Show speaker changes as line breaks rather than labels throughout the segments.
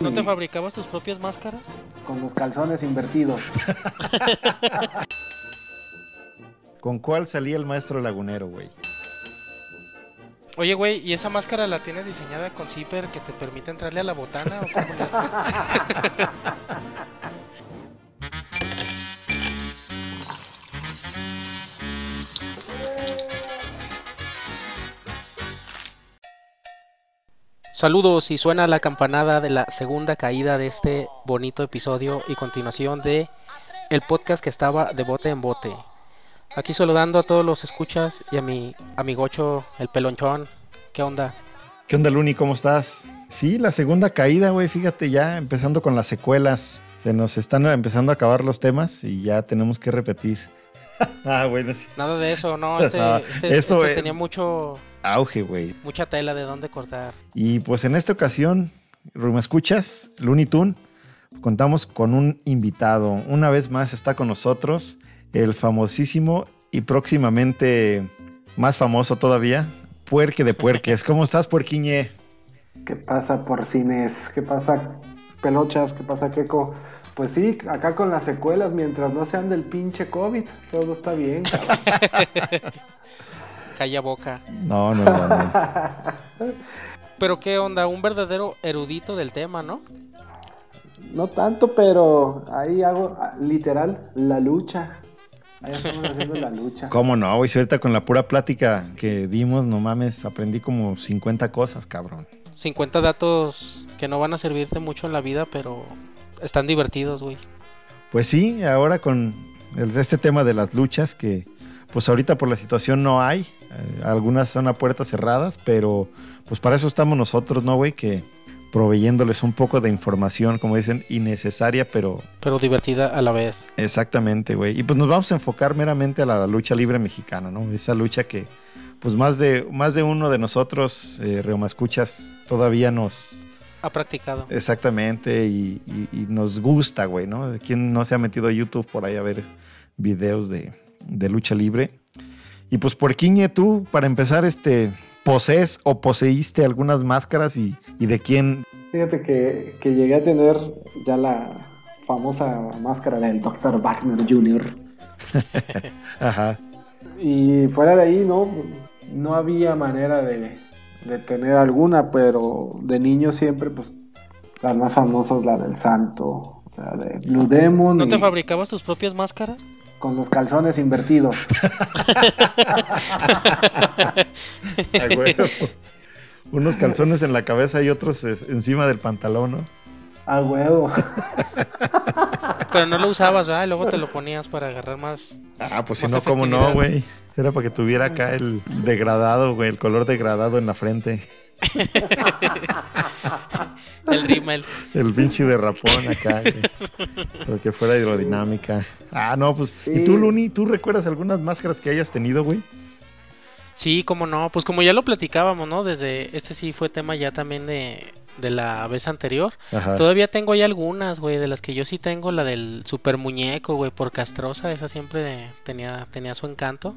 ¿No te fabricabas tus propias máscaras?
Con los calzones invertidos.
¿Con cuál salía el maestro lagunero, güey?
Oye, güey, ¿y esa máscara la tienes diseñada con zipper que te permite entrarle a la botana o cómo le haces? Saludos y suena la campanada de la segunda caída de este bonito episodio y continuación de el podcast que estaba de bote en bote. Aquí saludando a todos los escuchas y a mi amigocho, el pelonchón. ¿Qué onda?
¿Qué onda, Luni? ¿Cómo estás? Sí, la segunda caída, güey. Fíjate ya, empezando con las secuelas. Se nos están empezando a acabar los temas y ya tenemos que repetir. ah, bueno, sí.
Nada de eso, no. Este,
Ah,
este-
esto,
este
eh,
tenía mucho,
Auge, güey.
mucha tela de dónde cortar.
Y pues en esta ocasión, Ruma Escuchas, Looney Tune, contamos con un invitado. Una vez más está con nosotros el famosísimo y próximamente más famoso todavía, Puerque de Puerques. ¿Cómo estás, Puerquiñe?
¿Qué pasa por cines? ¿Qué pasa pelochas? ¿Qué pasa queco? Pues sí, acá con las secuelas, mientras no sean del pinche COVID, todo está bien. cabrón.
Calla boca.
No, no, no. no.
Pero qué onda, un verdadero erudito del tema, ¿no?
No tanto, pero ahí hago ah, literal la lucha. Ahí estamos haciendo la lucha.
¿Cómo no, güey? Si ahorita con la pura plática que dimos, no mames, aprendí como 50 cosas, cabrón.
50 datos que no van a servirte mucho en la vida, pero están divertidos, güey.
Pues sí, ahora con el- este tema de las luchas, que pues ahorita por la situación no hay, eh, algunas son a puertas cerradas, pero pues para eso estamos nosotros, ¿no, güey? Que proveyéndoles un poco de información, como dicen, innecesaria, pero
Pero divertida a la vez.
Exactamente, güey. Y pues nos vamos a enfocar meramente a la lucha libre mexicana, ¿no? Esa lucha que, pues más de, más de uno de nosotros, eh, Reumascuchas, todavía nos...
Ha practicado.
Exactamente, y, y- y nos gusta, güey, ¿no? ¿Quién no se ha metido a YouTube por ahí a ver videos de, de lucha libre? Y pues, Puerquiñe, tú, para empezar, este, ¿posees o poseíste algunas máscaras y, y de quién?
Fíjate que, que llegué a tener ya la famosa máscara del Dr. Wagner Jr.
Ajá.
Y fuera de ahí, no, no había manera de, de tener alguna, pero de niño siempre, pues, las más famosas, la del santo, la de Blue Demon,
¿No te
y
fabricabas tus propias máscaras?
con los calzones invertidos.
A huevo. Unos calzones en la cabeza y otros es- encima del pantalón, ¿no?
A huevo.
Pero no lo usabas, ¿verdad? Y luego te lo ponías para agarrar más.
Ah, pues
Más
si no, ¿cómo no,
efectividad.
güey? Era para que tuviera acá el degradado, güey, el color degradado en la frente.
El rímel.
El pinche de rapón acá, güey. Para que fuera aerodinámica. Ah, no, pues. ¿Y tú,
Sí.
Luni, tú recuerdas algunas máscaras que hayas tenido, güey?
Sí, como no. Pues como ya lo platicábamos, ¿no? Desde este sí fue tema ya también de, de la vez anterior.
Ajá.
Todavía tengo ahí algunas, güey, de las que yo sí tengo. La del super muñeco, güey, por castrosa. Esa siempre de- tenía, tenía su encanto.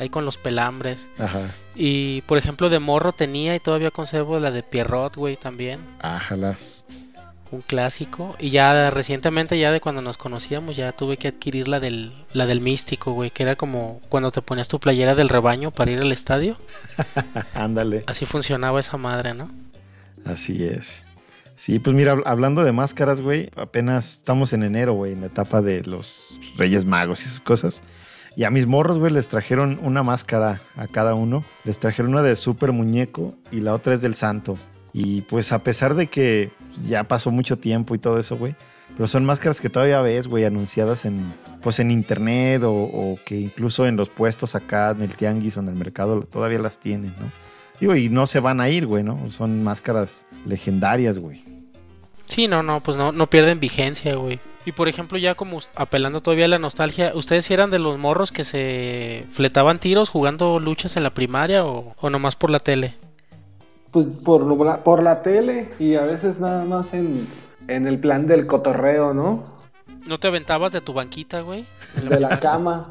Ahí con los pelambres.
Ajá.
Y por ejemplo, de morro tenía y todavía conservo la de Pierrot, güey, también.
Ájalas.
un clásico y ya recientemente ya de cuando nos conocíamos ya tuve que adquirir la del la del místico güey que era como cuando te ponías tu playera del rebaño para ir al estadio
Ándale.
así funcionaba esa madre no
Así es. Sí, pues mira, hab- hablando de máscaras, güey, apenas estamos en enero, güey, en la etapa de los Reyes Magos y esas cosas. Y a mis morros, güey, les trajeron una máscara a cada uno. Les trajeron una de Super Muñeco y la otra es del Santo. Y pues a pesar de que ya pasó mucho tiempo y todo eso, güey, pero son máscaras que todavía ves, güey, anunciadas en, pues en internet o, o que incluso en los puestos acá, en el tianguis o en el mercado, todavía las tienen, ¿no? Digo, y no se van a ir, güey, ¿no? Son máscaras legendarias, güey.
sí no no pues no no pierden vigencia güey y por ejemplo ya como us- apelando todavía a la nostalgia ustedes sí eran de los morros que se fletaban tiros jugando luchas en la primaria o, o nomás por la tele
Pues por, la- por la tele y a veces nada más en, en el plan del cotorreo, ¿no?
no te aventabas de tu banquita güey
De la cama.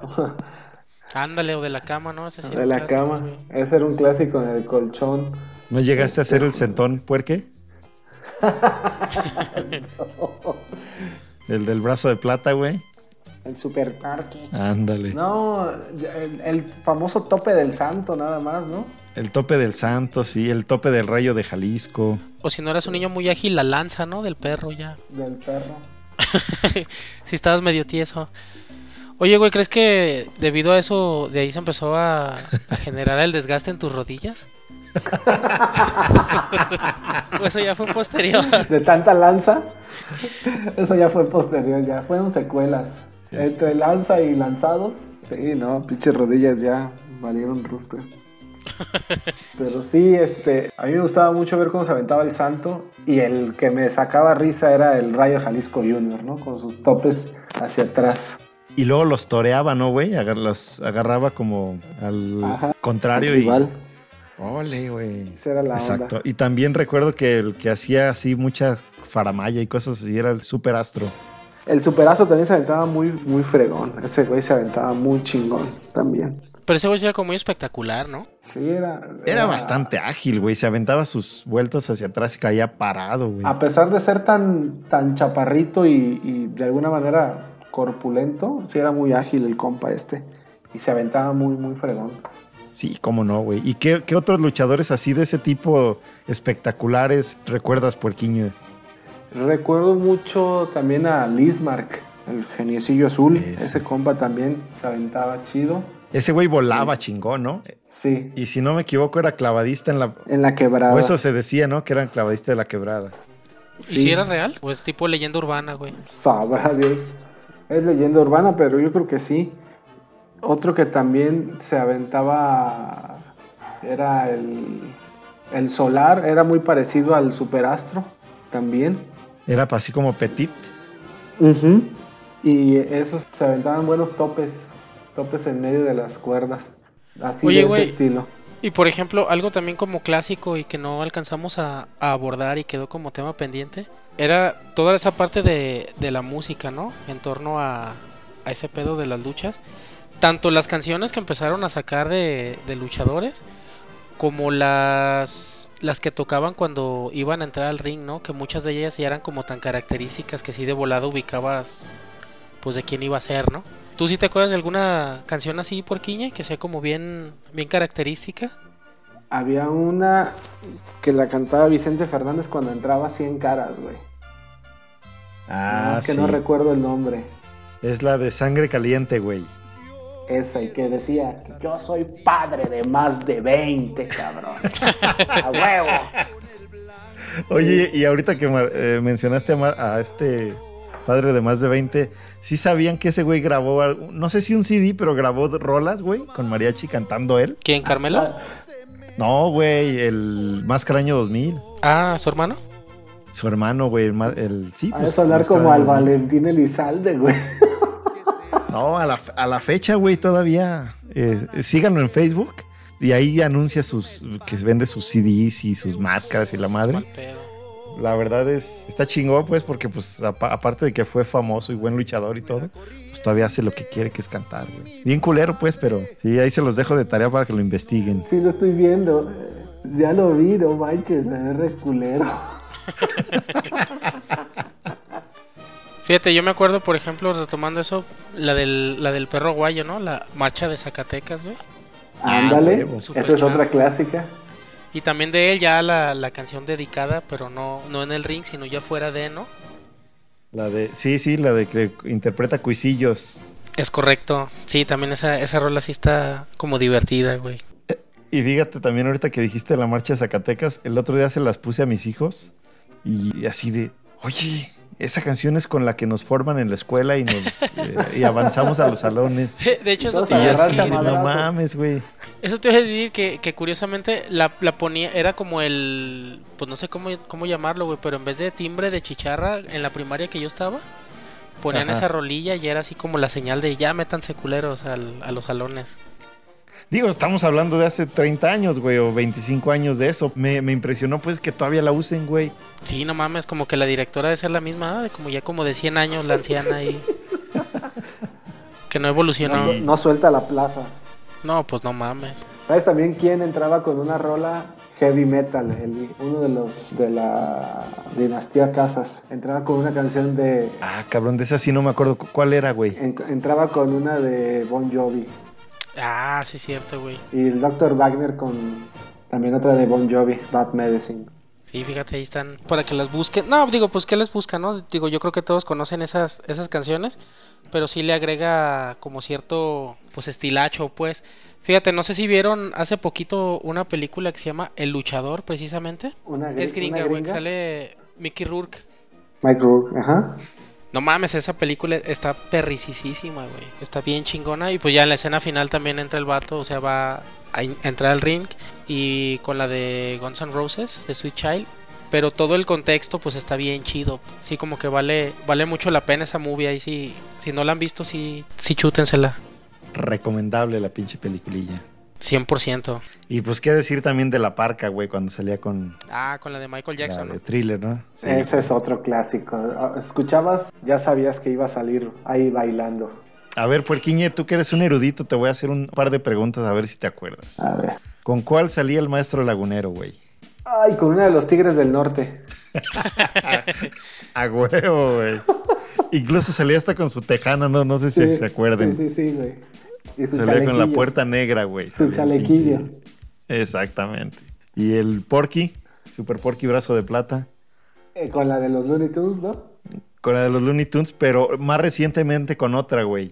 ándale o de la cama no Ese sí era
De
un
la
clásico,
cama.
güey.
Ese era un clásico en el colchón.
¿No llegaste a hacer el sentón puerque?
No.
El del brazo de plata, güey.
El superparque.
Ándale.
No, el, el famoso tope del santo nada más, ¿no?
El tope del santo, sí. El tope del rayo de Jalisco.
O si no eras un niño muy ágil, la lanza, ¿no? Del perro ya.
Del perro.
si estabas medio tieso. Oye, güey, ¿crees que debido a eso de ahí se empezó a, a generar el desgaste en tus rodillas? O eso ya fue posterior.
De tanta lanza. Eso ya fue posterior, ya. Fueron secuelas.
Yes.
Entre lanza y lanzados. Sí, no, pinches rodillas ya valieron rusca. Pero sí, este, a mí me gustaba mucho ver cómo se aventaba el santo y el que me sacaba risa era el Rayo Jalisco Junior, ¿no? Con sus topes hacia atrás.
Y luego los toreaba, ¿no, güey? Agar- los agarraba como al
Ajá.
contrario
El
y.
rival.
Ole, güey.
Esa era la
Exacto.
onda.
Y también recuerdo que el que hacía así mucha faramaya y cosas así era el superastro.
El superazo también se aventaba muy, muy fregón. Ese güey se aventaba muy chingón también.
Pero ese güey sí era como muy espectacular, ¿no?
Sí, era.
Era bastante ágil, güey. Se aventaba sus vueltas hacia atrás y caía parado, güey.
A pesar de ser tan, tan chaparrito y, y de alguna manera corpulento, sí era muy ágil el compa este. Y se aventaba muy, muy fregón.
Sí, cómo no, güey. ¿Y qué, qué otros luchadores así de ese tipo espectaculares recuerdas, Puerquiño?
Recuerdo mucho también a Lismark, el geniecillo azul.
Ese.
Ese compa también se aventaba chido.
Ese güey volaba chingón, ¿no?
Sí,
Y si no me equivoco, era clavadista en la.
en la quebrada.
O eso se decía, ¿no? Que eran clavadista de la quebrada.
¿Y si
Sí.
era real? Pues tipo leyenda urbana, güey.
pues, Sabrá Dios. Es leyenda urbana, pero yo creo que sí. Otro que también se aventaba era el, el solar, era muy parecido al superastro también.
Era así como petit.
Y esos se aventaban buenos topes, topes en medio de las cuerdas. Así
Oye,
de ese
güey.
estilo.
Y por ejemplo, algo también como clásico y que no alcanzamos a, a abordar y quedó como tema pendiente, era toda esa parte de, de la música, ¿no? En torno a, a ese pedo de las luchas. Tanto las canciones que empezaron a sacar de, de luchadores, como las, las que tocaban cuando iban a entrar al ring, ¿no? Que muchas de ellas ya eran como tan características que si de volado ubicabas, pues de quién iba a ser, ¿no? ¿Tú sí te acuerdas de alguna canción así, Porquiña, que sea como bien, bien característica?
Había una que la cantaba Vicente Fernández cuando entraba así en caras, güey.
Ah,
Ah, es que
sí.
no recuerdo el nombre.
es la de sangre caliente, güey.
Esa, y que decía, yo soy padre de más de 20, cabrón. A huevo.
Oye, y ahorita que ma- eh, mencionaste a, ma- a este padre de más de 20, ¿sí sabían que ese güey grabó, al- no sé si un CD, pero grabó rolas, güey, con mariachi cantando él?
¿Quién, Carmelo?
No, güey, el Máscara Año 2000,
Ah, su hermano.
su hermano, güey, el, ma- el- sí,
A
pues,
eso hablar
Máscara
como al
Año 2000.
Valentín Elizalde, güey.
No, a la, fe- a la fecha, güey, todavía. Eh, eh, síganlo en Facebook y ahí anuncia sus, que vende sus CDs y sus máscaras y la madre.
Mal pedo.
La verdad es, está chingón, pues, porque pues apa- aparte de que fue famoso y buen luchador y todo, pues todavía hace lo que quiere, que es cantar, güey. Bien culero, pues, pero sí, ahí se los dejo de tarea para que lo investiguen.
Sí, lo estoy viendo. Ya lo vi, no manches, se ve reculero.
Ah,
Fíjate, yo me acuerdo, por ejemplo, retomando eso, la del, la del perro guayo, ¿no? La marcha de Zacatecas, güey.
Ándale,
huevo.
esa es otra clásica.
Y también de él ya la, la canción dedicada, pero no, no en el ring, sino ya fuera de, ¿no?
La de, sí, sí, la de que interpreta Cuisillos.
Es correcto. Sí, también esa, esa rola sí está como divertida, güey.
Y fíjate también ahorita que dijiste la marcha de Zacatecas, el otro día se las puse a mis hijos y así de, oye, esa canción es con la que nos forman en la escuela y nos eh, y avanzamos a los salones.
De hecho, eso
Y
te
Para
iba a
así,
agarrarse a
decir, güey.
no
madrazos.
mames, güey.
Eso te iba a decir que, que curiosamente la, la ponía, era como el, pues no sé cómo, cómo llamarlo, güey, pero en vez de timbre de chicharra en la primaria que yo estaba, ponían
Ajá.
esa rolilla y era así como la señal de ya métanse culeros al- a los salones.
Digo, estamos hablando de hace 30 años, güey, o 25 años de eso. Me, me impresionó, pues, que todavía la usen, güey.
Sí, no mames, como que la directora debe ser la misma, de como ya como de 100 años la anciana ahí. que no evolucionó.
Sí.
No suelta la plaza.
No, pues no mames.
¿Sabes también quién entraba con una rola heavy metal, el- uno de los de la dinastía Casas. Entraba con una canción de.
Ah, cabrón, de esa sí no me acuerdo cu- cuál era, güey.
en- entraba con una de Bon Jovi.
Ah, sí, cierto, güey.
Y el Dr. Wagner con también otra de Bon Jovi, Bad Medicine.
Sí, fíjate, ahí están. Para que las busquen. No, digo, pues que les buscan, ¿no? Digo, yo creo que todos conocen esas, esas canciones. Pero sí le agrega como cierto, pues, estilacho, pues. Fíjate, no sé si vieron hace poquito una película que se llama El Luchador, precisamente.
Una, gri-
Es gringa,
una
güey, que sale Mickey Rourke.
Mike Rourke, ajá.
No mames, esa película está perricisísima, güey. Está bien chingona. Y pues ya en la escena final también entra el vato, o sea, va a in- entrar al ring. Y con la de Guns N' Roses, de Sweet Child. Pero todo el contexto, pues está bien chido. Sí, como que vale vale mucho la pena esa movie. Ahí sí, si no la han visto, sí, sí chútensela.
Recomendable la pinche peliculilla.
100%.
Y pues qué decir también de la parca, güey, cuando salía con
Ah, con la de Michael Jackson.
la
¿no?
de thriller, ¿no? Sí.
Ese es otro clásico. Escuchabas, ya sabías que iba a salir ahí bailando.
A ver, Puerquiñe, tú que eres un erudito, te voy a hacer un par de preguntas a ver si te acuerdas.
A ver.
¿Con cuál salía el maestro lagunero, güey?
Ay, con una de los Tigres del Norte.
A huevo, güey. Incluso salía hasta con su tejana, no, no sé si se acuerden.
Sí, sí, sí, güey. Y su
Salía con la
chalequillo.
puerta negra, güey.
Su
Salía el
chalequillo.
pinche- Exactamente. Y el Porky, Super Porky Brazo de Plata,
Eh, con la de los Looney Tunes, ¿no?
con la de los Looney Tunes, pero más recientemente con otra, güey.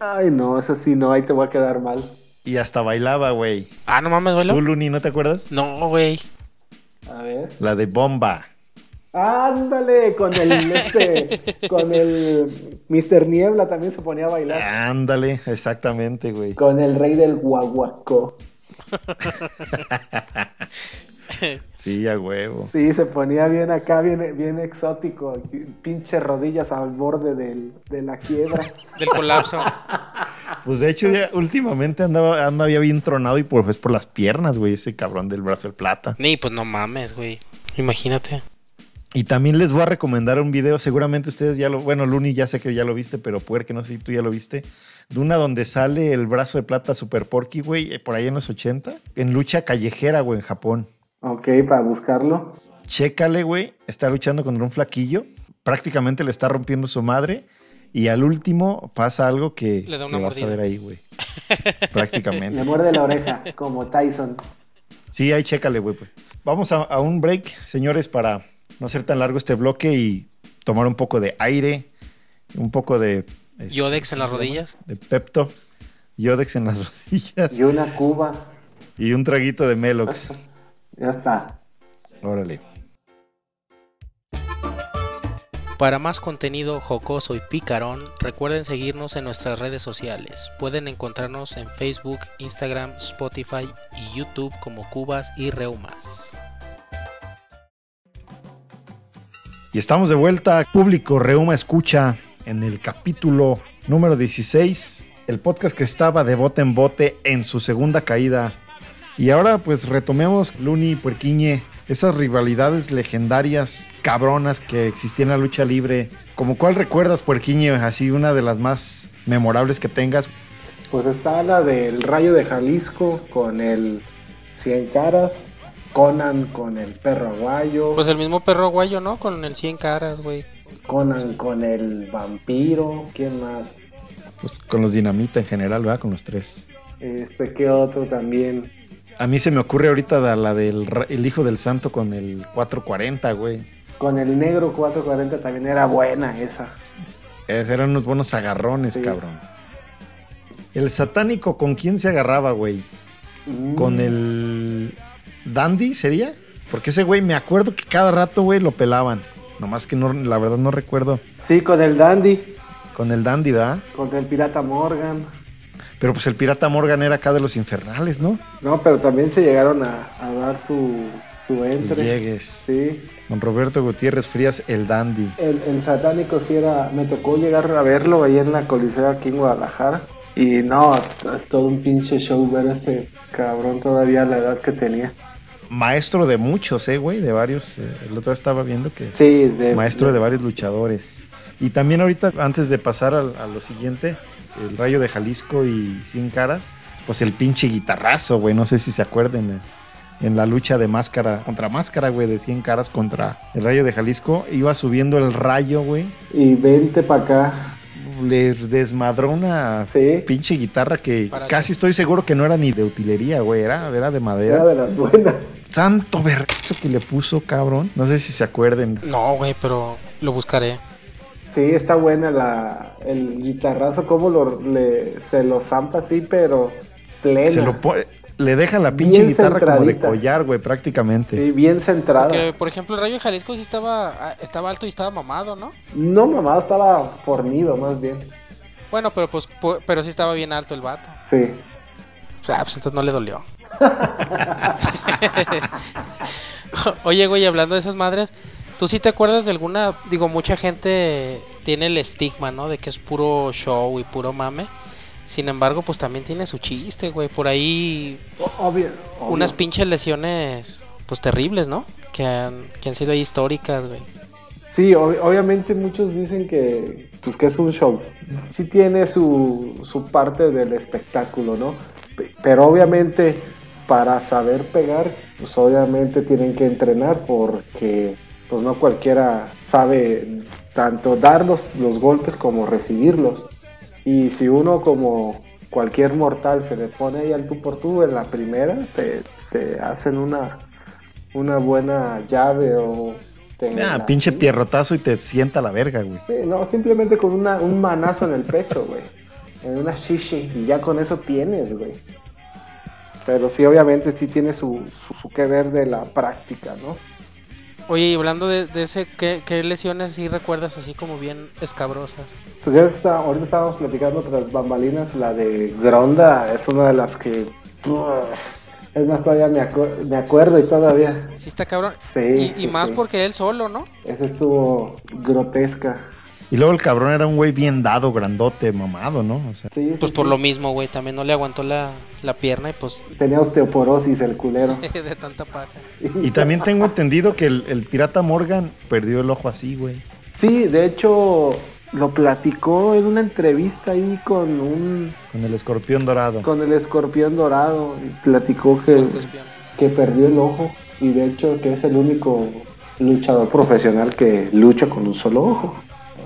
Ay, no, eso sí, no, ahí te voy a quedar mal.
Y hasta bailaba, güey.
Ah, no mames,
¿Tú,
duelo.
Looney, no te acuerdas?
No, güey.
A ver.
La de Bomba.
Ándale, con el este, con el Mr. Niebla también se ponía a
Ah.
bailar.
Ándale, exactamente, güey.
Con el rey del guaguaco.
Sí, a huevo.
Sí, se ponía bien acá, bien, bien exótico. Pinche rodillas al borde del- de la quiebra.
Del colapso.
Pues de hecho, ya últimamente andaba, andaba ya bien tronado y por, pues, por las piernas, güey, ese cabrón del brazo de plata.
Ni, pues no mames, güey. Imagínate.
Y también les voy a recomendar un video, seguramente ustedes ya lo, bueno, Luni ya sé que ya lo viste, pero Puerque, no sé si tú ya lo viste, de una donde sale el brazo de plata Super Porky, güey, eh, por ahí en los 80, en lucha callejera, güey, en Japón.
Ok, para buscarlo.
Chécale, güey, está luchando contra un flaquillo, prácticamente le está rompiendo su madre y al último pasa algo que,
Le da
que
una
vas a
mordida.
ver ahí, güey.
Le
prácticamente.
muerde la oreja, como Tyson.
Sí, ahí chécale, güey. pues. Vamos a, a un break, señores, para no ser tan largo este bloque y tomar un poco de aire, un poco de... este,
Yodex en las
¿cómo se llama?
rodillas.
De Pepto, Yodex en las rodillas
Y una cuba.
y un traguito de Melox.
Ya está.
Órale.
Para más contenido jocoso y picarón, recuerden seguirnos en nuestras redes sociales. Pueden encontrarnos en Facebook, Instagram, Spotify y YouTube como Cubas y Reumas.
Y estamos de vuelta, público Reuma Escucha, en el capítulo número 16, el podcast que estaba de bote en bote en su segunda caída. Y ahora pues retomemos, Luni y Puerquiñe, esas rivalidades legendarias, cabronas que existían en la lucha libre. ¿Como cuál recuerdas, Puerquiñe, así una de las más memorables que tengas?
Pues está la del Rayo de Jalisco con el Cien Caras. Conan con el perro aguayo.
Pues el mismo perro guayo, ¿no? Con el 100 caras, güey.
Conan con el vampiro. ¿Quién más?
Pues con los dinamita en general, ¿verdad? Con los tres.
Este, ¿qué otro también?
A mí se me ocurre ahorita la, la del ra- el hijo del santo con el 440, güey.
Con el negro 440 también era buena esa.
Es, eran unos buenos agarrones,
Sí.
cabrón. El satánico, ¿con quién se agarraba, güey? ¿Con
Mm.
el Dandy sería? Porque ese güey, me acuerdo que cada rato, güey, lo pelaban. Nomás que no, la verdad no recuerdo.
Sí, con el Dandy,
Con el Dandy, ¿verdad?
con el Pirata Morgan.
Pero pues el pirata Morgan era acá de los infernales, ¿no?
No, pero también se llegaron a, a dar su, su
Sus
entre.
llegues.
Sí,
Don Roberto Gutiérrez Frías, el Dandy.
el, el satánico sí era. Me tocó llegar a verlo ahí en la Coliseo aquí en Guadalajara. Y no, es todo un pinche show ver a ese cabrón todavía a la edad que tenía.
Maestro de muchos, ¿eh, güey? De varios. eh, el otro día estaba viendo que...
Sí, de.
maestro de varios luchadores. Y también ahorita, antes de pasar al- a, lo siguiente, el Rayo de Jalisco y Cien Caras, pues el pinche guitarrazo, güey, no sé si se acuerden. eh. en la lucha de máscara contra máscara, güey, de 100 caras contra el Rayo de Jalisco. Iba subiendo el Rayo, güey.
Y vente para acá.
Le desmadró una
Sí.
pinche guitarra que casi estoy seguro que no era ni de utilería, güey. Era, era de madera.
Era de las buenas.
Santo vergazo que le puso, cabrón. No sé si se acuerden.
No, güey, pero lo buscaré.
Sí, está buena la, el guitarrazo, como lo, le, se lo zampa así, pero pleno.
Se lo pone- le deja la pinche
Bien
guitarra como de
centradita.
collar, güey, prácticamente.
Sí, bien centrado.
Porque, por ejemplo, el Rayo de Jalisco sí estaba, ah, estaba alto y estaba mamado, ¿no?
No, mamá, estaba fornido más bien.
Bueno, pero pues, pu- pero sí estaba bien alto el vato.
Sí.
O sea, pues entonces no le dolió. Oye, güey, hablando de esas madres, ¿tú sí te acuerdas de alguna? Digo, mucha gente tiene el estigma, ¿no? De que es puro show y puro mame. Sin embargo, pues también tiene su chiste, güey. Por ahí
Obvio.
unas pinches lesiones, pues terribles, ¿no? Que han, que han sido ahí históricas, güey.
Sí, ob- obviamente muchos dicen que pues que es un show. Sí tiene su, su parte del espectáculo, ¿no? Pe- Pero obviamente para saber pegar, pues obviamente tienen que entrenar porque pues no cualquiera sabe tanto dar los, los golpes como recibirlos. Y si uno como cualquier mortal se le pone ahí al tú por tú en la primera, te, te hacen una, una buena llave o... te
Ah,
la-
pinche pierrotazo y te sienta la verga, güey.
Sí, no, simplemente con una, un manazo en el pecho, güey. En una shishi. Y ya con eso tienes, güey. Pero sí, obviamente, sí tiene su, su, su que ver de la práctica, ¿no?
Oye, y hablando de, de ese, ¿qué, ¿qué lesiones sí recuerdas así como bien escabrosas?
Pues ya ves que está- ahorita estábamos platicando tras bambalinas, la de Gronda es una de las que. Uf, Es más, todavía me, acu- me acuerdo y todavía.
Sí está cabrón.
Sí,
y, y
sí,
más
sí.
porque él solo, ¿no?
Esa estuvo grotesca.
Y luego el cabrón era un güey bien dado, grandote, mamado, ¿no? O sea,
Sí, sí,
Pues por
sí.
lo mismo, güey, también no le aguantó la, la pierna y pues
Tenía osteoporosis el culero.
de tanta paja.
y también tengo entendido que el, el pirata Morgan perdió el ojo así, güey.
Sí, de hecho lo platicó en una entrevista ahí con un
Con el escorpión dorado.
con el escorpión dorado y platicó que,
Pues, bien.
que perdió el ojo y de hecho que es el único luchador profesional que lucha con un solo ojo.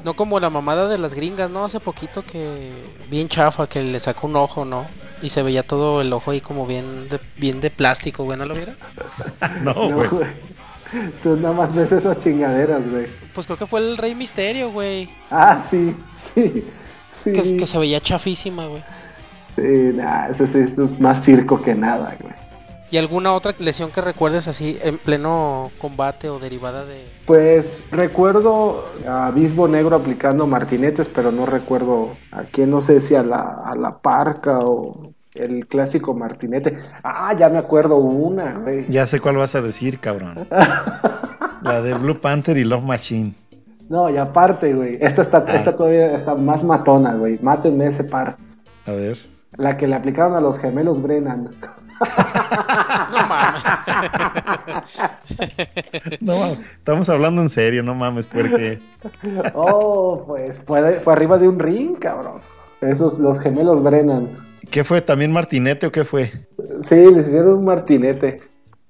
No como la mamada de las gringas, ¿no? Hace poquito que bien chafa, que le sacó un ojo, ¿no? Y se veía todo el ojo ahí como bien de, bien de plástico, güey, ¿no lo vieron?
No,
No,
Oh, güey.
güey. Tú nada más ves esas chingaderas, güey.
Pues creo que fue el Rey Misterio, güey.
Ah, sí, sí. Sí,
Que, que se veía chafísima, güey.
sí nah, eso, sí- eso es más circo que nada, güey.
¿Y alguna otra lesión que recuerdes así en pleno combate o derivada de...
Pues recuerdo a Bisbo Negro aplicando martinetes, pero no recuerdo a quién, no sé si a la, a la parca o el clásico martinete. Ah, ya me acuerdo una, güey.
Ya sé cuál vas a decir, cabrón. La de Blue Panther y Love Machine.
No, y aparte, güey, esta está,
Ah.
esta todavía está más matona, güey. Mátenme ese par.
A ver.
La que le aplicaron a los gemelos Brennan.
No mames.
No, mames, estamos hablando en serio, no mames, porque
Oh, pues fue, fue arriba de un ring, cabrón. Esos, los gemelos Brennan.
¿qué fue? ¿También Martinete o qué fue?
Sí, les hicieron un martinete.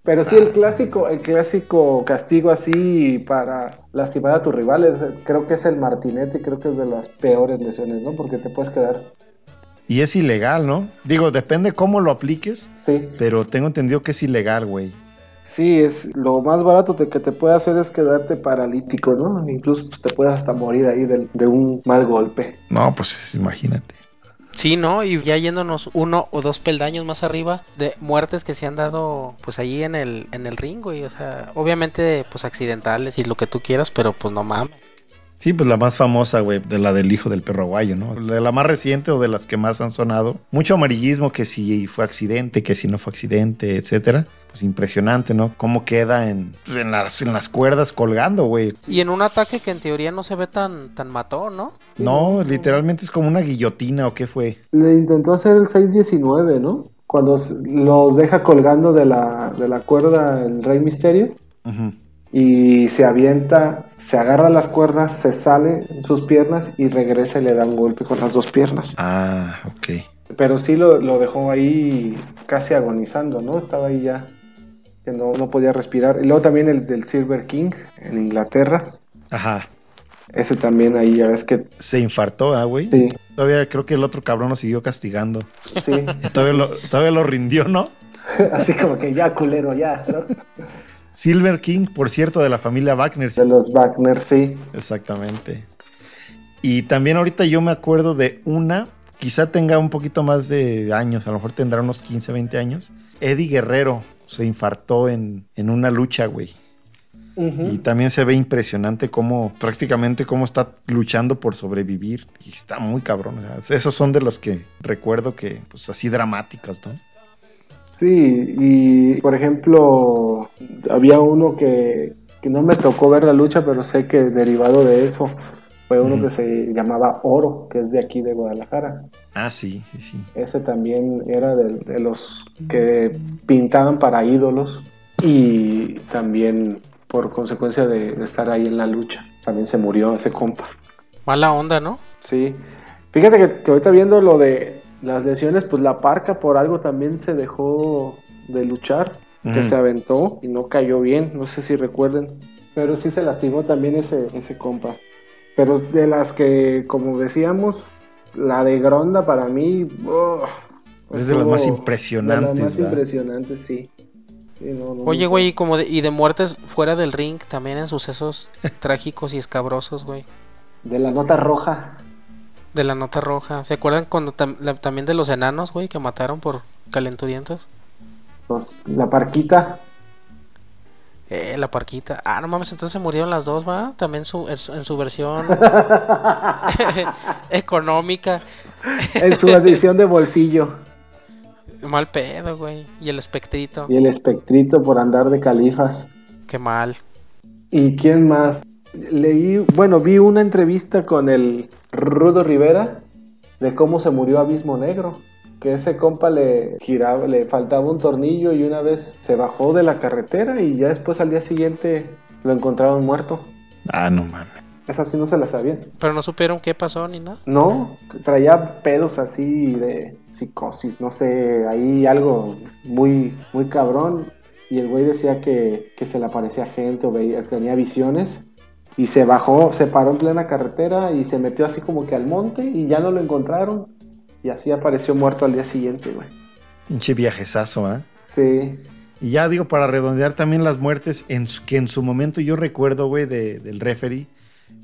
Pero sí, el clásico, el clásico castigo así para lastimar a tus rivales, eh, creo que es el martinete, creo que es de las peores lesiones, ¿no? Porque te puedes quedar.
Y es ilegal, ¿no? Digo, depende cómo lo apliques,
Sí,
pero tengo entendido que es ilegal, güey.
sí, es lo más barato te- que te puede hacer es quedarte paralítico, ¿no? Incluso pues, te puedes hasta morir ahí del- de, un mal golpe.
No, pues es- imagínate.
Sí, ¿no? Y ya yéndonos uno o dos peldaños más arriba de muertes que se han dado pues allí en el, en el ring, güey. O sea, obviamente pues accidentales y lo que tú quieras, pero pues no mames.
Sí, pues la más famosa, güey, de la del hijo del perro guayo, ¿no? De la más reciente o de las que más han sonado. Mucho amarillismo que si fue accidente, que si no fue accidente, etcétera. Pues impresionante, ¿no? Cómo queda en, pues, en, las, en las cuerdas colgando, güey.
Y en un ataque que en teoría no se ve tan, tan matón, ¿no?
No, literalmente es como una guillotina o qué fue.
Le intentó hacer el 619, ¿no? Cuando s- los deja colgando de la, de la cuerda el Rey Misterio.
Ujú.
y se avienta, se agarra las cuerdas, se sale en sus piernas y regresa y le da un golpe con las dos piernas.
Ah, ok.
Pero sí lo, lo dejó ahí casi agonizando, ¿no? Estaba ahí ya que no, no podía respirar. Y luego también el del Silver King en Inglaterra.
Ajá.
Ese también ahí, ya ves que
Se infartó, ah, güey.
sí,
Todavía creo que el otro cabrón lo siguió castigando.
sí.
Todavía lo, todavía lo rindió, ¿no?
Así como que ya culero, ya. ¿no?
Silver King, por cierto, de la familia Wagner.
De los Wagner, sí.
Exactamente. Y también ahorita yo me acuerdo de una, quizá tenga un poquito más de años, a lo mejor tendrá unos 15, 20 años. Eddie Guerrero se infartó en, en una lucha, güey. Y también se ve impresionante cómo, prácticamente cómo está luchando por sobrevivir. Y está muy cabrón. o sea, esos son de los que recuerdo que, pues así dramáticas, ¿no?
Sí, y por ejemplo, había uno que, que no me tocó ver la lucha, pero sé que derivado de eso fue uno
Ujú.
que se llamaba Oro, que es de aquí de Guadalajara.
Ah, sí, sí, sí.
Ese también era de, de los que pintaban para ídolos y también por consecuencia de, de estar ahí en la lucha, también se murió ese compa.
Mala onda, ¿no?
Sí. Fíjate que, que ahorita viendo lo de las lesiones, pues la parca por algo también se dejó de luchar,
Ujú.
que se aventó y no cayó bien, no sé si recuerden. Pero sí se lastimó también ese, ese compa. Pero de las que, como decíamos, la de Gronda para mí... oh,
Es de las
estuvo-
más
De
impresionantes,
las más
¿verdad?
impresionantes, sí. Sí, no, no,
Oye,
no.
güey, y como de, y de muertes fuera del ring, también en sucesos trágicos y escabrosos, güey.
De la nota roja.
De la nota roja. ¿Se acuerdan cuando tam- la- también de los enanos, güey, que mataron por calenturientos?
pues, la parquita.
Eh, la parquita. Ah, no mames, entonces se murieron las dos, ¿va? También su, en, su, en su versión económica.
en su edición de bolsillo.
Mal pedo, güey. Y el espectrito.
Y el espectrito por andar de califas.
Qué mal.
¿Y quién más? Leí, bueno, vi una entrevista con el Rudo Rivera de cómo se murió Abismo Negro. Que ese compa le giraba, le faltaba un tornillo y una vez se bajó de la carretera y ya después al día siguiente lo encontraron muerto.
Ah, no mames.
Esa sí no se la sabían.
Pero no supieron qué pasó ni nada.
No, traía pedos así de psicosis, no sé, ahí algo muy, muy cabrón. Y el güey decía que, que se le aparecía gente o veía, tenía visiones. Y se bajó, se paró en plena carretera y se metió así como que al monte y ya no lo encontraron. Y así apareció muerto al día siguiente, güey.
Pinche viajesazo, ¿ah?
Sí,
Y ya digo, para redondear también las muertes, en su- que en su momento yo recuerdo, güey, de- del referee,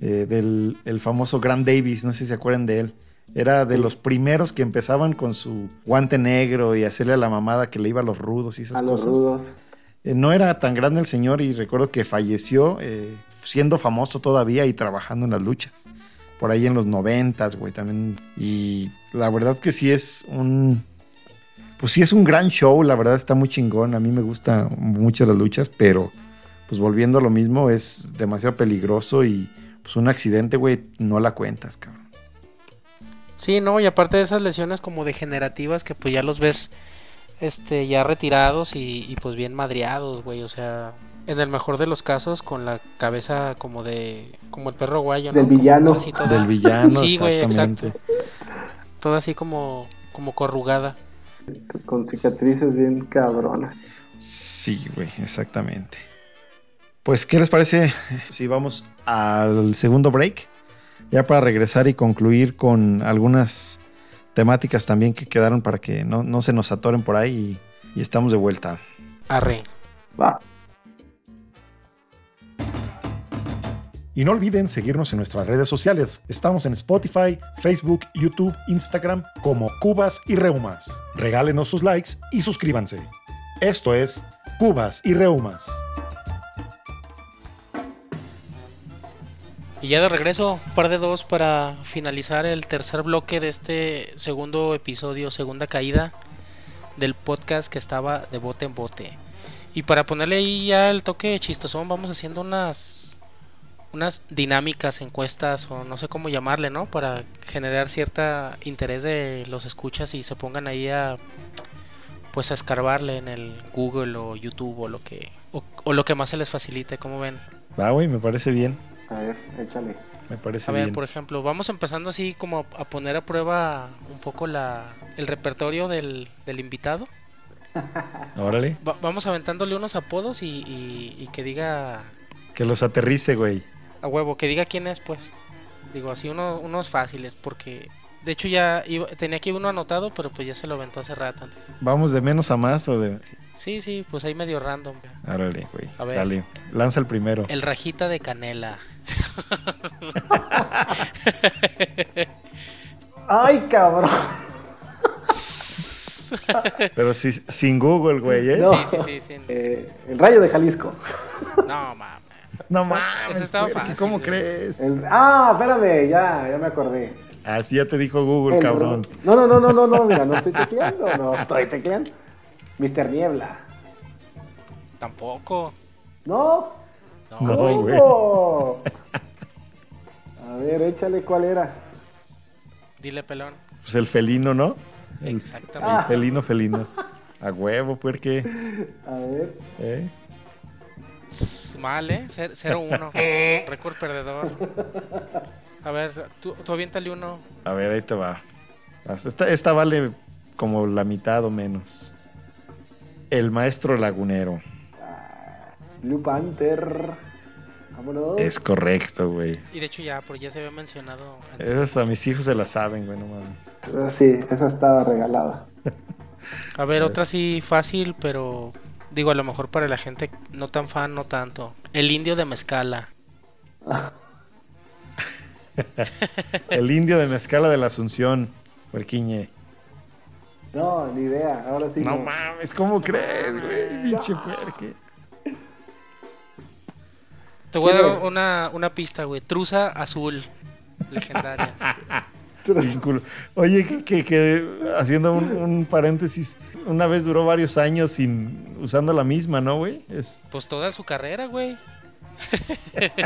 eh, del el famoso Grant Davis, no sé si se acuerdan de él. Era de los primeros que empezaban con su guante negro y hacerle a la mamada que le iba a los rudos y esas
a los
cosas.
rudos.
Eh, no era tan grande el señor y recuerdo que falleció eh, siendo famoso todavía y trabajando en las luchas. Por ahí en los noventas, güey, también. Y la verdad que sí es un... Pues sí es un gran show, la verdad está muy chingón. A mí me gustan mucho las luchas, pero pues volviendo a lo mismo es demasiado peligroso y pues un accidente, güey, no la cuentas, cabrón.
Sí, no, y aparte de esas lesiones como degenerativas que pues ya los ves este ya retirados y, y, pues bien madreados, güey, o sea, en el mejor de los casos con la cabeza como de como el perro guayo, ¿no?
Del
Como
villano.
así toda-
Del villano,
Sí, güey,
exactamente.
toda así como como corrugada.
Con cicatrices bien cabronas.
Sí, güey, exactamente. Pues, ¿qué les parece si vamos al segundo break? Ya para regresar y concluir con algunas temáticas también que quedaron para que no, no se nos atoren por ahí y, y estamos de vuelta.
Arre.
Va.
Y no olviden seguirnos en nuestras redes sociales. Estamos en Spotify, Facebook, YouTube, Instagram como Cubas y Reumas. Regálenos sus likes y suscríbanse. Esto es Cubas y Reumas.
Y ya de regreso, par de dos para finalizar el tercer bloque de este segundo episodio, segunda caída del podcast que estaba de bote en bote. Y para ponerle ahí ya el toque chistosón, vamos haciendo unas unas dinámicas, encuestas o no sé cómo llamarle, ¿no? Para generar cierta interés de los escuchas y se pongan ahí a pues a escarbarle en el Google o YouTube o lo que o, o lo que más se les facilite, ¿cómo ven?
Ah, güey, me parece bien.
A ver, échale.
Me parece
A ver,
bien.
por ejemplo, vamos empezando así como a a poner a prueba un poco la, el repertorio del, del invitado.
Órale.
Va- vamos aventándole unos apodos y, y- y que diga
Que los aterrice, güey.
a huevo, que diga quién es, pues. Digo, así uno, unos fáciles, porque de hecho ya iba- tenía aquí uno anotado, pero pues ya se lo aventó hace rato.
¿Vamos de menos a más o de.?
Sí, sí, pues ahí medio random.
Órale, güey.
A ver.
Sale. Lanza el primero.
El rajita de canela.
Ay, cabrón.
Pero si- sin Google, güey, ¿eh?
No.
No,
Sí, sí, sí, sí.
Eh, el rayo de Jalisco.
No, mames.
mames.
Eso estaba
güey,
fácil,
¿Cómo
güey.
crees?
El- Ah, espérame, ya, ya me acordé.
Así ya te dijo Google,
El-
cabrón.
No, no, no, no, no, no, mira, no estoy tecleando, no estoy tecleando. Mister Niebla.
Tampoco.
No,
No.
No.
¿cómo?
güey.
A ver, échale cuál era.
Dile pelón.
Pues el felino, ¿no? El-
Exactamente.
Ah.
El felino, felino. A huevo, porque.
A ver.
¿eh?
Tss, Mal, ¿eh? Cer- 0-1. Récord perdedor. A ver, tú, tú aviéntale uno.
A ver, ahí te va. Esta, esta vale como la mitad o menos. El maestro lagunero.
Blue Panther. Vámonos.
Es correcto, güey.
Y de hecho ya, porque ya se había mencionado. antes.
Esas a mis hijos se las saben, güey, no mames.
Ah, Sí, esa estaba regalada. Eh,
A ver, otra sí fácil, pero digo, a lo mejor para la gente no tan fan, no tanto. El indio de Mezcala.
El indio de Mezcala de la Asunción, Huerquiñe.
No, ni idea, ahora sí.
No
no.
mames, ¿cómo crees, güey? Pinche puerque.
Te voy a
¿Quién
dar
es?
una, una pista, güey. Truza azul. Legendaria.
Ridículo. Oye, que, que- que haciendo un, un paréntesis, una vez duró varios años sin usando la misma, ¿no, güey? Es,
Pues toda su carrera, güey.
pero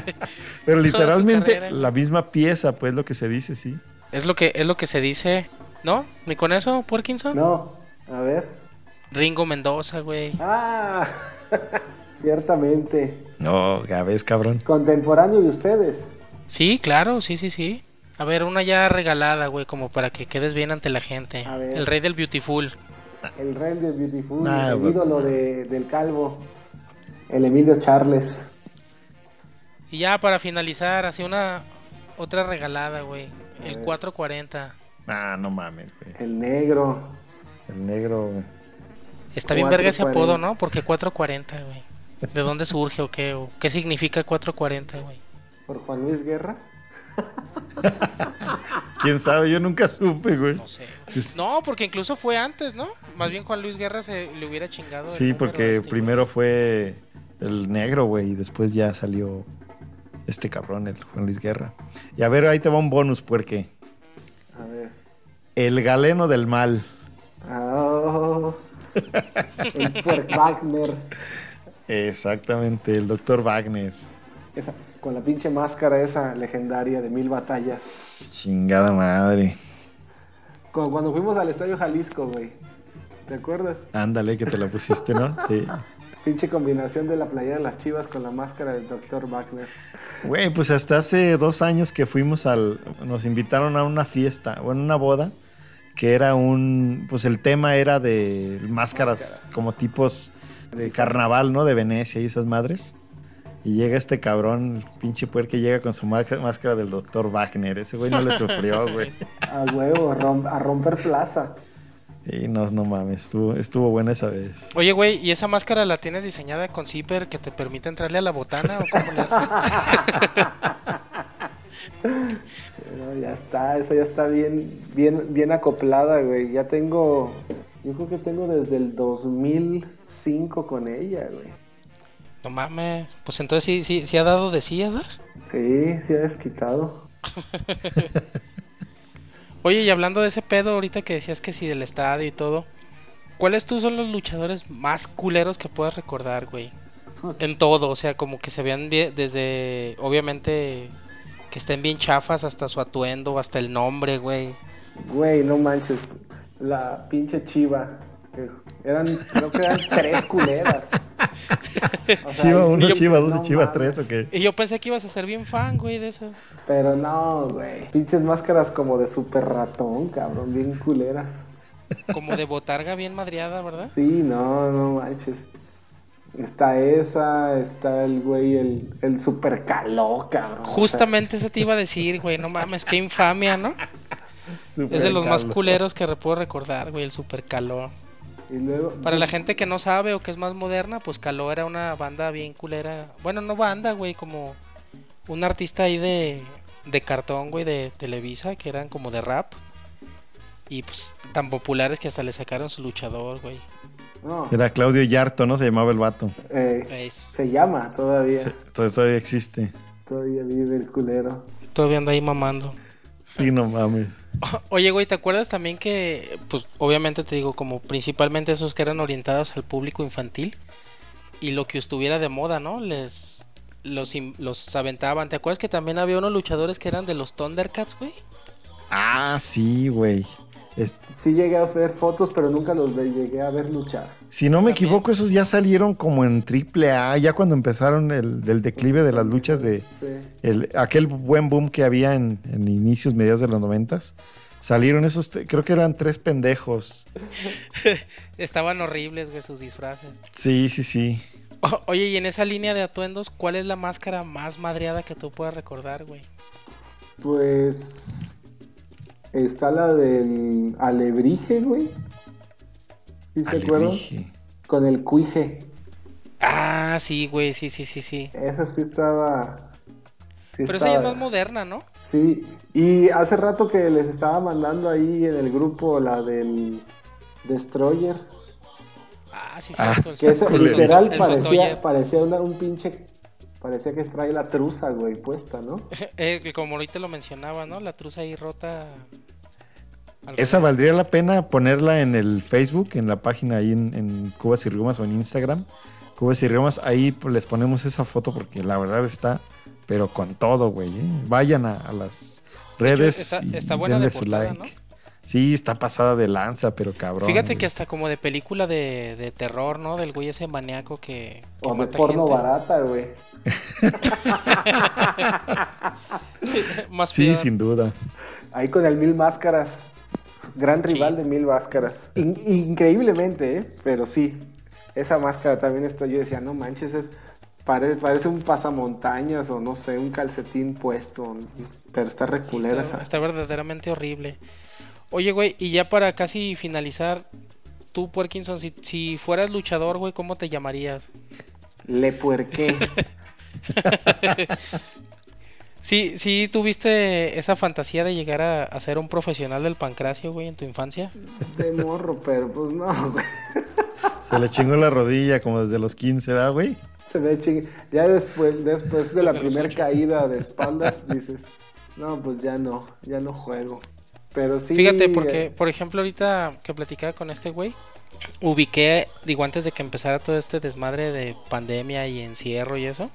Toda su
literalmente
carrera.
la misma pieza, pues lo que se dice, sí.
Es lo que, es lo que se dice. ¿No? ¿Ni con eso, Parkinson?
No, a ver.
Ringo Mendoza, güey.
Ah, ciertamente.
No, Gabés, cabrón.
Contemporáneo de ustedes.
Sí, claro, sí, sí, sí. A ver, una ya regalada, güey, como para que quedes bien ante la gente.
A ver.
El rey del beautiful.
El rey de Beautiful,
Ah,
el
pues,
ídolo de- del calvo. El Emilio Charles.
Y ya para finalizar, así una otra regalada, güey.
A
El
ver.
440.
Ah, no mames, güey.
El negro.
El negro, güey.
Está bien verga ese apodo,
440.
¿no? Porque 440, güey. ¿De dónde surge o qué? o ¿Qué significa 440, güey?
Por Juan Luis Guerra.
¿Quién sabe? Yo nunca supe, güey.
No sé.
Sí, es-
No, porque incluso fue antes, ¿no? Más bien Juan Luis Guerra se le hubiera chingado. el
Sí,
número a
porque
este, güey.
primero fue el negro, güey, y después ya salió este cabrón, el Juan Luis Guerra. Y a ver, ahí te va un bonus, porque
A ver.
el galeno del mal.
Ah, el Puerk Wagner.
Exactamente, el doctor Wagner.
Esa, con la pinche máscara esa legendaria de mil batallas.
Chingada madre.
Como cuando fuimos al Estadio Jalisco, güey. ¿Te acuerdas?
Ándale, que te la pusiste, ¿no? Sí.
Pinche combinación de la playera de las chivas con la máscara del Dr. Wagner.
Güey, pues hasta hace dos años que fuimos al. Nos invitaron a una fiesta, bueno, una boda, que era un. Pues el tema era de máscaras, como tipos de carnaval, ¿no? De Venecia y esas madres. Y llega este cabrón, el pinche puerque, llega con su marca- máscara del doctor Wagner. Ese güey no le sufrió, güey.
A huevo, rom- a romper plaza.
Y no, no mames, estuvo, estuvo buena esa vez.
Oye, güey, ¿y esa máscara la tienes diseñada con zipper que te permite entrarle a la botana o cómo le haces?
Pero ya está, esa ya está bien, bien, bien acoplada, güey. Ya tengo, yo creo que tengo desde el 2005 con ella, güey.
No mames, pues entonces sí, sí, sí ha dado de sí a dar.
Sí, sí ha desquitado.
Oye, y hablando de ese pedo ahorita que decías que sí del estadio y todo, ¿cuáles tú son los luchadores más culeros que puedas recordar, güey? En todo, o sea, como que se vean bien- desde, obviamente, que estén bien chafas hasta su atuendo, hasta el nombre, güey.
Güey, no manches, la pinche chiva. que Eran, creo que eran tres culeras. O sea,
Chiva
y-
1,
yo-
Chiva 2,
no
Chiva
mames.
3, ¿o qué?
Y yo pensé que ibas a ser bien fan, güey, de eso.
Pero no, güey. Pinches máscaras como de super ratón, cabrón, bien culeras.
Como de botarga bien madreada, ¿verdad?
Sí, no, no manches. Está esa, está el güey, el, el super caló, cabrón.
Justamente eso te iba a decir, güey. No mames, qué infamia, ¿no? es de los más culeros que re- puedo recordar, güey, el super caló.
Y luego,
Para la gente que no sabe o que es más moderna, pues Caló era una banda bien culera. Bueno, no banda, güey, como un artista ahí de, de cartón, güey, de Televisa, que eran como de rap. Y pues tan populares que hasta le sacaron su luchador, güey.
No,
Era Claudio Yarto, ¿no? Se llamaba el vato.
eh,
Es-
se llama todavía.
Se- Entonces todavía existe.
Todavía vive el culero.
Todavía anda ahí mamando.
Sí, no mames.
Oye, güey, ¿te acuerdas también que, pues obviamente te digo, como principalmente esos que eran orientados al público infantil y lo que estuviera de moda, ¿no? Les los, in- los aventaban. ¿Te acuerdas que también había unos luchadores que eran de los Thundercats, güey?
Ah, sí, güey. Es-
Sí llegué a ver fotos, pero nunca los ve- llegué a ver luchar.
si no me
También.
equivoco, esos ya salieron como en triple A, ya cuando empezaron el, del declive de las luchas de
Sí.
el- aquel buen boom que había en, en inicios, mediados de los noventas. Salieron esos, te- creo que eran tres pendejos.
Estaban horribles, güey, sus disfraces.
Sí, sí, sí.
O- oye, y en esa línea de atuendos, ¿cuál es la máscara más madreada que tú puedas recordar, güey?
Pues está la del alebrije, güey. ¿Sí se acuerdan?
Alebrije.
Con el cuije.
Ah, sí, güey, sí, sí, sí, sí.
Esa sí estaba. sí
Pero esa ya es
estaba-
más moderna, ¿no?
Sí, y hace rato que les estaba mandando ahí en el grupo la del Destroyer.
Ah, sí,
Ah,
cierto. el
Que esa
Sotoyer,
Híjole.
literal
el Sotoyer.
parecía, parecía una- un pinche. Parecía que trae la truza, güey, puesta, ¿no?
Eh, como ahorita lo mencionaba, ¿no? La truza ahí rota. al
Esa
revés.
valdría la pena ponerla en el Facebook, en la página ahí en, en Cubas y Riomas o en Instagram. Cubas y Riomas, ahí pues, les ponemos esa foto porque la verdad está, pero con todo, güey. ¿eh? Vayan a, a las redes.
está-
y
está buena de portada,
Sí, está pasada de lanza, pero cabrón.
Fíjate
güey.
que hasta como de película de, de terror, ¿no? Del güey ese maníaco que, que
O de
mata
porno
gente.
barata, güey.
Más
Sí,
peor.
sin duda.
Ahí con el Mil Máscaras. Gran
Sí.
rival de Mil Máscaras. In- increíblemente, ¿eh? Pero sí. Esa máscara también está. Yo decía, no manches, es, pare- parece un pasamontañas o no sé, un calcetín puesto. Pero está
Sí,
reculera
está,
esa.
está verdaderamente horrible. Oye, güey, y ya para casi finalizar, tú, Parkinson, si, si fueras luchador, güey, ¿cómo te llamarías?
Le puerqué.
Sí, sí, tuviste esa fantasía de llegar a, a ser un profesional del pancracio, güey, en tu infancia.
de morro, pero pues no, güey.
Se le chingó la rodilla como desde los 15, ¿verdad, güey?
Se ve ching... Ya después, después de
Desde
la
los
primera
ocho.
caída de espaldas, dices, no, pues ya no, ya no juego. Pero sí.
Fíjate, porque,
eh,
por ejemplo, ahorita que platicaba con este güey, ubiqué, digo, antes de que empezara todo este desmadre de pandemia y encierro y eso,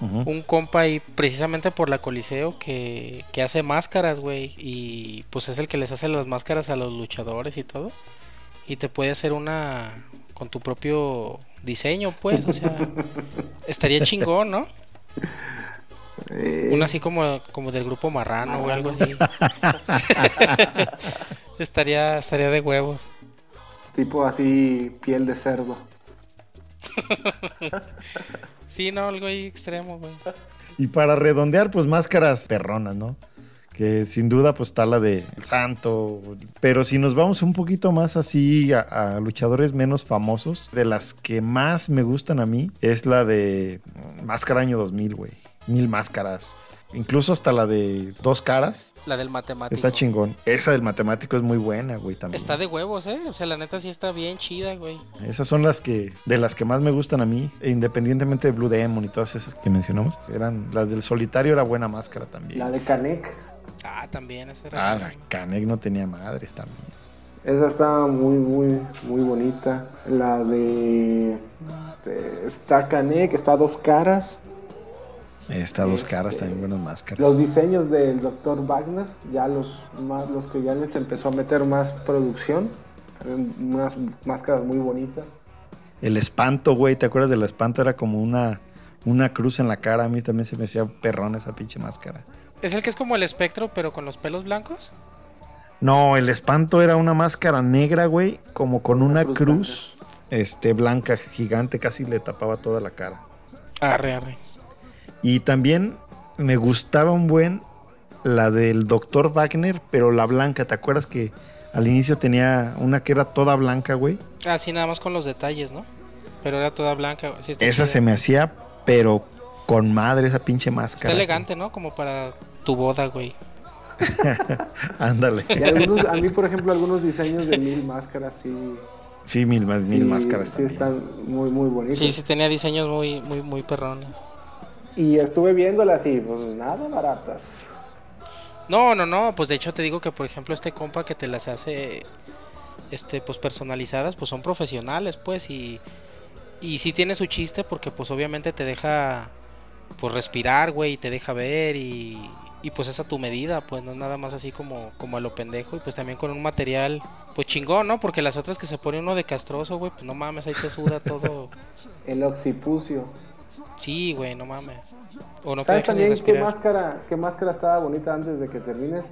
Ujú.
un compa ahí, precisamente por la Coliseo, que, que hace máscaras, güey, y pues es el que les hace las máscaras a los luchadores y todo, y te puede hacer una con tu propio diseño, pues, o sea, estaría chingón, ¿no?
eh,
Una así como, como del grupo marrano o algo así. estaría, estaría de huevos.
Tipo así, piel de cerdo.
Sí, no, algo ahí extremo, güey.
Y para redondear, pues máscaras perronas, ¿no? Que sin duda, pues está la de El Santo. Pero si nos vamos un poquito más así a, a luchadores menos famosos, de las que más me gustan a mí es la de Máscara Año 2000, güey. Mil máscaras. Incluso hasta la de Dos Caras.
La del matemático.
Está chingón. Esa del matemático es muy buena, güey, también.
Está de huevos, ¿eh? O sea, la neta sí está bien chida, güey.
Esas son las que, de las que más me gustan a mí, e independientemente de Blue Demon y todas esas que mencionamos. Eran las del solitario, era buena máscara también.
La de Canek.
Ah, también, esa era.
Ah, la Canek no tenía madres también.
Esa estaba muy, muy, muy bonita. La de. de- está Canek, está Dos Caras.
Estas dos caras también buenas máscaras.
Los diseños del Dr. Wagner, ya los, más, los que ya les empezó a meter más producción. eh, Unas máscaras muy bonitas.
El espanto, güey, ¿te acuerdas del espanto? Era como una, una cruz en la cara. A mí también se me hacía perrón esa pinche máscara.
¿Es el que es como el espectro, pero con los pelos blancos?
No, el espanto era una máscara negra, güey, como con una,
cruz
cruz, este, blanca, gigante, casi le tapaba toda la cara.
Arre, arre.
Y también me gustaba un buen la del Dr. Wagner, pero la blanca, ¿te acuerdas que al inicio tenía una que era toda blanca, güey?
Así Ah, nada más con los detalles, ¿no? Pero era toda blanca. güey. Sí, está
Esa
chida.
se me hacía, pero con madre esa pinche
Está
máscara.
elegante, ¿no? Como para tu boda, güey.
Ándale.
Y algunos, a mí, por ejemplo, algunos diseños de mil máscaras sí.
Sí, mil, más, mil
sí-
máscaras
sí
también.
están muy, muy bonitos.
Sí, sí tenía diseños muy, muy, muy perrones.
Y estuve viéndolas y pues nada baratas.
No, no, no, pues de hecho te digo que por ejemplo este compa que te las hace este pues personalizadas, pues son profesionales, pues y y sí tiene su chiste porque pues obviamente te deja pues respirar, güey, y te deja ver y y pues es a tu medida, pues no es nada más así como como a lo pendejo y pues también con un material pues chingón, ¿no? Porque las otras que se pone uno de castroso, güey, pues no mames, ahí te suda todo.
El occipucio.
Sí, güey, no mames. O no te
¿Sabes
dejas ni
también qué
respirar.
máscara, qué máscara estaba bonita antes de que termines?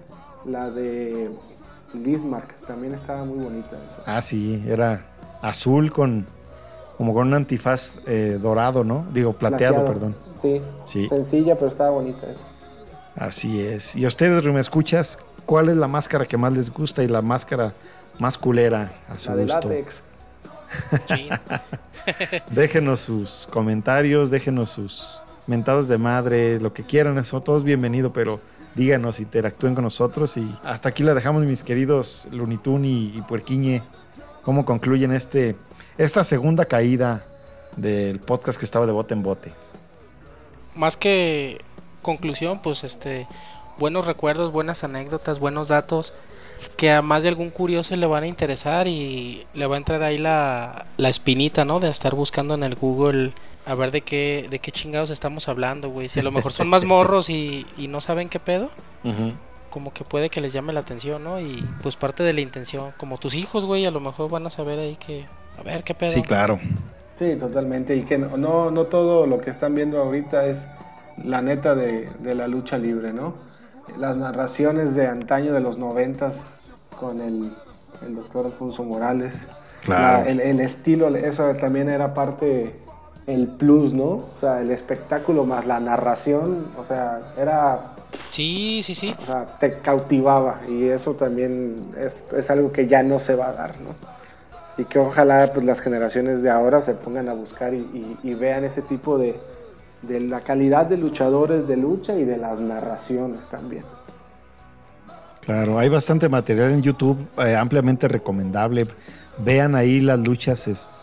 La de Bismarck, también estaba muy bonita. esa.
Ah, sí, era azul con como con un antifaz eh, dorado, ¿no? Digo, plateado, perdón.
Sí,
Sí.
sencilla, pero estaba bonita. esa.
Así es. Y a ustedes, me escuchas, ¿cuál es la máscara que más les gusta y la máscara más culera a su
La de
gusto?
látex.
Chin.
Déjenos sus comentarios, déjenos sus mentadas de madre, lo que quieran, eso todo es bienvenido, pero díganos, interactúen con nosotros y hasta aquí la dejamos, mis queridos Lunitun y, y Puerquiñe. ¿Cómo concluyen este, esta segunda caída del podcast que estaba de bote en bote?
más que conclusión, pues este, buenos recuerdos, buenas anécdotas, buenos datos que a más de algún curioso le van a interesar y le va a entrar ahí la, la espinita, ¿no? De estar buscando en el Google a ver de qué, de qué chingados estamos hablando, güey. Si a lo mejor son más morros y, y no saben qué pedo, como que puede que les llame la atención, ¿no? Y pues parte de la intención, como tus hijos, güey, a lo mejor van a saber ahí que, a ver qué pedo.
Sí, claro.
Sí, totalmente. Y que no, no, no todo lo que están viendo ahorita es la neta de, de la lucha libre, ¿no? Las narraciones de antaño de los noventas con el, el doctor Alfonso Morales.
Claro.
La- el, el estilo, eso también era parte, el plus, ¿no? O sea, el espectáculo más la narración, o sea, era,
Sí, sí, sí.
o sea, te cautivaba y eso también es, es algo que ya no se va a dar, ¿no? Y que ojalá pues, las generaciones de ahora se pongan a buscar y, y- y vean ese tipo de, de la calidad de luchadores de lucha y de las narraciones también.
Claro, hay bastante material en YouTube, eh, ampliamente recomendable. Vean ahí las luchas, es-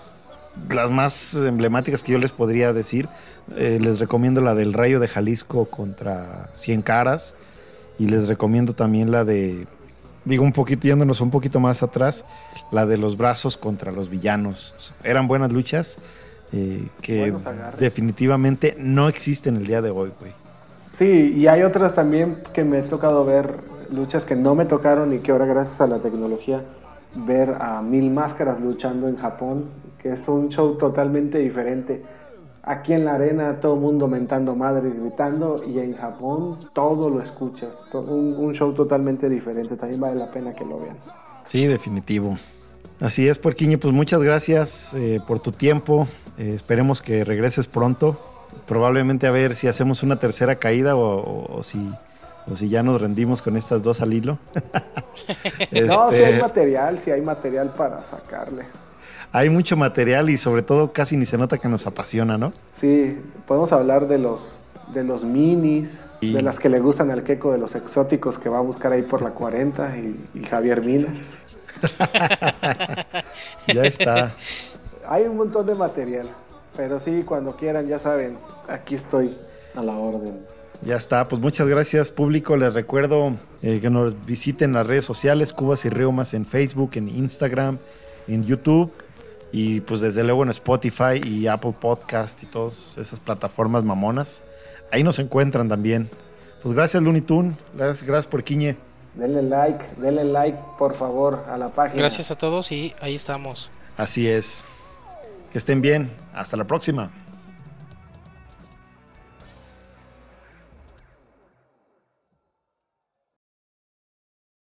las más emblemáticas que yo les podría decir. Eh, les recomiendo la del Rayo de Jalisco contra Cien Caras. Y les recomiendo también la de, digo un poquito, yéndonos un poquito más atrás, la de los brazos contra los villanos. Eran buenas luchas eh, que
Buenos agarres.
definitivamente no existen el día de hoy, güey.
Sí, y hay otras también que me he tocado ver, luchas que no me tocaron y que ahora gracias a la tecnología ver a Mil Máscaras luchando en Japón, que es un show totalmente diferente. Aquí en la arena todo el mundo mentando madre y gritando y en Japón todo lo escuchas. To- Un, un show totalmente diferente, también vale la pena que lo vean.
Sí, definitivo. Así es, Puerquiño, pues muchas gracias eh, por tu tiempo. Eh, esperemos que regreses pronto. Probablemente a ver si hacemos una tercera caída o, o- o si, o si ya nos rendimos con estas dos al hilo.
No, si hay
Este,
material, si hay material para sacarle.
hay mucho material y sobre todo casi ni se nota que nos apasiona, ¿no?
Sí, podemos hablar de los de los minis,
Y-
de las que le gustan al queco, de los exóticos que va a buscar ahí por la 40 y, y Javier Mina.
Ya está.
Hay un montón de material, pero sí, cuando quieran, ya saben, aquí estoy a la orden.
Ya está, pues muchas gracias público. Les recuerdo eh, que nos visiten las redes sociales, Cubas y Reumas en Facebook, en Instagram, en YouTube y pues desde luego en Spotify y Apple Podcast y todas esas plataformas mamonas. Ahí nos encuentran también. Pues gracias Looney Tune, gracias, gracias por Quiñe.
Denle like, denle like, por favor, a la página.
Gracias a todos y ahí estamos.
Así es. Que estén bien. Hasta la próxima.